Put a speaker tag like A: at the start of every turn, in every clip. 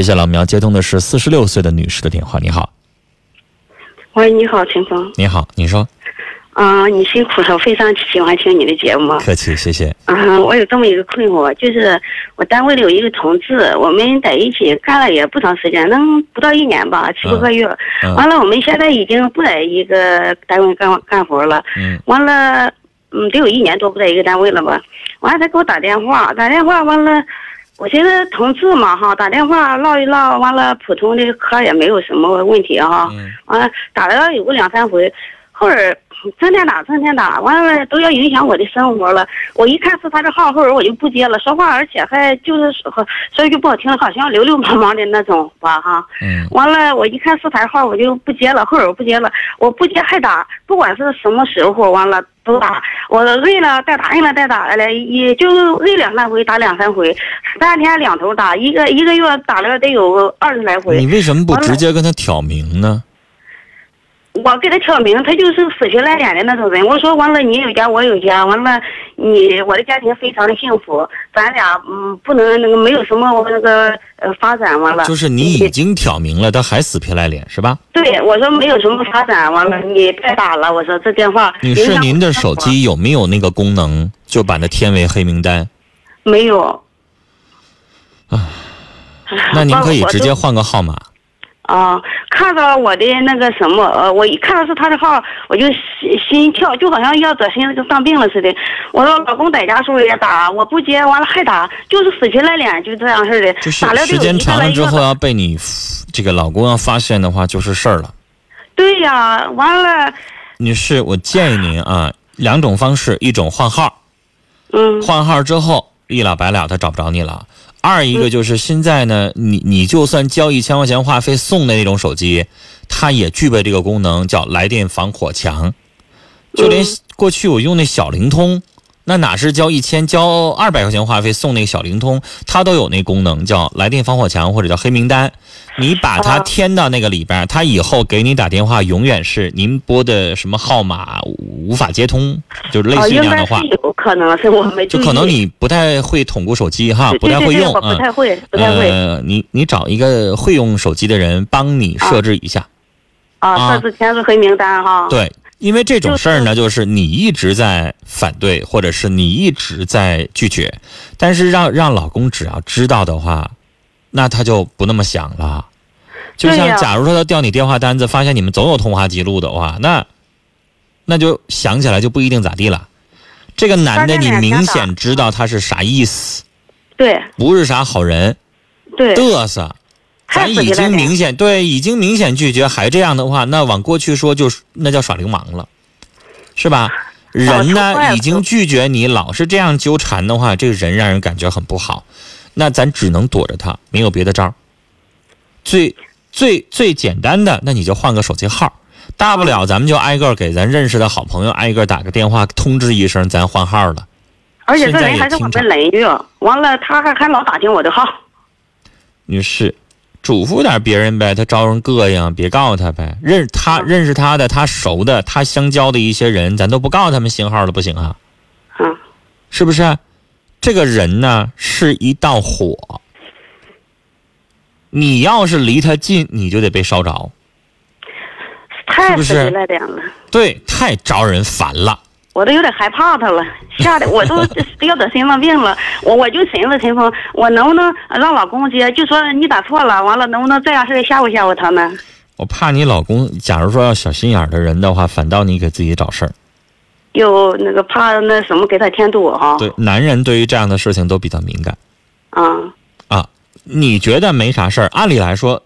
A: 接下来我们要接通的是四十六岁的女士的电话。你好，
B: 喂，你好，陈峰。
A: 你好，你说，
B: 啊、你辛苦了，我非常喜欢听你的节目。
A: 客气，谢谢。
B: 啊，我有这么一个困惑，就是我单位里有一个同志，我们在一起干了也不长时间，能不到一年吧，七八个月。
A: 嗯
B: 完了，我们现在已经不在一个单位干干活了。
A: 嗯
B: 完了，嗯，得有一年多不在一个单位了吧？完了，他给我打电话，打电话完了，我寻思同志嘛哈，打电话唠一唠，完了普通的嗑也没有什么问题哈。
A: 嗯
B: 完了啊打了有个两三回，后儿整天打整天打，完了都要影响我的生活了。我一看是他的号，后儿我就不接了，说话而且还就是说说一句不好听的，好像流流氓氓的那种吧哈。
A: 嗯
B: 完了，我一看是他的号，我就不接了，后儿我不接了，我不接还打，不管是什么时候，完了都打，我摁了再打，摁了再打，来也就摁两三回，打两三回，三天两头打，一个一个月打了得有二十来回。
A: 你为什么不
B: 完了
A: 直接跟他挑明呢？
B: 我给他挑明，他就是死皮赖脸的那种人。我说完了，你有家，我有家，完了你我的家庭非常的幸福，咱俩嗯不能那个没有什么我那个呃发展完了。
A: 就是你已经挑明了，他还死皮赖脸是吧？
B: 对我说没有什么发展完了，你别打了。我说这电话
A: 女
B: 影
A: 士，
B: 响
A: 您的
B: 我生
A: 手
B: 活
A: 机有没有那个功能，就把它填为黑名单？
B: 没有？
A: 那您
B: 我
A: 可以
B: 啊 我
A: 直
B: 都
A: 接换个号码。
B: 啊，看到我的那个什么，呃，我一看到是他的号，我就心心一跳，就好像要得心就当病了似的。我说老公在家时候也打，我不接，完了还打，就是死皮赖脸，就这样似的。
A: 就是
B: 打了得
A: 时
B: 有
A: 间
B: 一个
A: 长
B: 来
A: 了
B: 月
A: 之
B: 吧
A: 后，要被你这个老公要发现的话，就是事儿了。
B: 对呀、完了，
A: 女士，我建议您啊，两种方式，一种换号，
B: 嗯
A: 换号之后一了百了，他找不着你了。二一
B: 嗯
A: 个就是现在呢，你你就算交一千块钱话费送的那种手机，它也具备这个功能，叫来电防火墙。就连
B: 嗯
A: 过去我用那小灵通，那哪是交一千交二百块钱话费送那个小灵通，它都有那功能叫来电防火墙或者叫黑名单。你把它
B: 哦
A: 添到那个里边儿，它以后给你打电话永远是您拨的什么号码无无法接通，就是类
B: 哦，
A: 似于
B: 应
A: 那样
B: 该
A: 的话
B: 是。有可能是我没
A: 就
B: 注
A: 可能
B: 意
A: 你不太会统顾手机哈
B: 对，
A: 不
B: 对
A: 太
B: 对
A: 会
B: 嗯对
A: 用
B: 我不
A: 啊。
B: 太会，不太会
A: 呃，你你找一个会用手机的人帮你设置一下。啊
B: 啊。设置天数黑名单哈。
A: 对，因为这种事儿呢，就是你一直在反对，或者是你一直在拒绝，但是让让老公只要知道的话，那他就不那么想了。就
B: 对
A: 像
B: 呀
A: 假如说他调你电话单子，发现你们总有通话记录的话，那那就想起来就不一定咋地了。这个男的，
B: 发
A: 你
B: 现两家
A: 明
B: 打
A: 显知道他是啥意思，
B: 对
A: 不是啥好人，
B: 对
A: 嘚瑟。
B: 太
A: 咱
B: 死皮
A: 已
B: 赖
A: 经
B: 脸
A: 明显对，已经明显拒绝，还这样的话，那往过去说就是那叫耍流氓了，是吧？人
B: 太坏
A: 呢
B: 了
A: 已经拒绝你，老是这样纠缠的话，这个人让人感觉很不好。那咱只能躲着他，没有别的招儿。最最最简单的，那你就换个手机号，大不了咱们就挨个给咱认识的好朋友挨个打个电话通知一声，咱换号了。
B: 而且
A: 现
B: 这
A: 在
B: 人
A: 也
B: 还是
A: 挺
B: 我
A: 长
B: 们邻居，完了他还还老打听我的号。
A: 女士，嘱咐点别人呗，他招人膈应，别告他呗。认他
B: 嗯
A: 认识他的，他熟的，他相交的一些人，咱都不告他们型号了，不行啊？
B: 嗯，
A: 是不是？这个人呢，是一道火，你要是离他近，你就得被烧着。是
B: 太
A: 不
B: 死
A: 是
B: 皮赖脸了，
A: 对，太招人烦了。
B: 我都有点害怕他了，吓得我 都都要得心脏病了。我我就寻思陈峰，我能不能让老公接？就说你打错了，完了能不能这样式的吓唬吓唬他呢？
A: 我怕你老公，假如说要小心眼儿的人的话，反倒你给自己找事儿。
B: 又那个怕那什么给他添堵哈？
A: 对，男人对于这样的事情都比较敏感。
B: 嗯，
A: 你觉得没啥事儿，按理来说，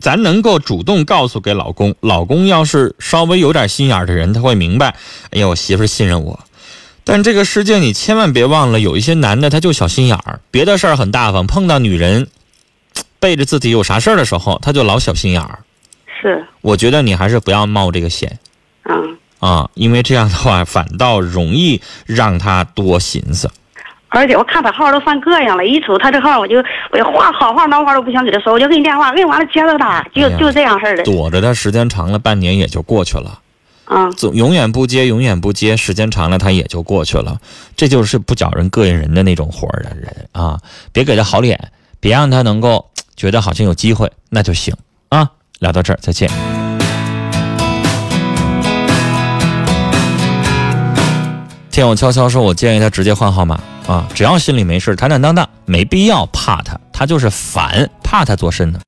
A: 咱能够主动告诉给老公，老公要是稍微有点心眼儿的人，他会明白，哎呀，我媳妇儿信任我。但这个世界你千万别忘了，有一些男的他就小心眼儿，别的事儿很大方，碰到女人背着自己有啥事儿的时候，他就老小心眼儿。
B: 是，
A: 我觉得你还是不要冒这个险
B: 嗯。
A: 啊，因为这样的话反倒容易让他多寻思。
B: 而且我看他号都犯膈应了，一瞅他这号我就我就话好话孬话都不想给他说，我就给你电话，给你完了接着打，就、
A: 哎呀
B: 就这样式儿的。
A: 躲着他时间长了，半年也就过去了。
B: 嗯，
A: 总永远不接，永远不接，时间长了他也就过去了。这就是不找人膈应人的那种活儿的人啊！别给他好脸，别让他能够觉得好像有机会，那就行啊。聊到这儿，再见。听我悄悄说，我建议他直接换号码啊，只要心里没事，坦坦荡荡，没必要怕他，他就是烦，怕他做甚呢？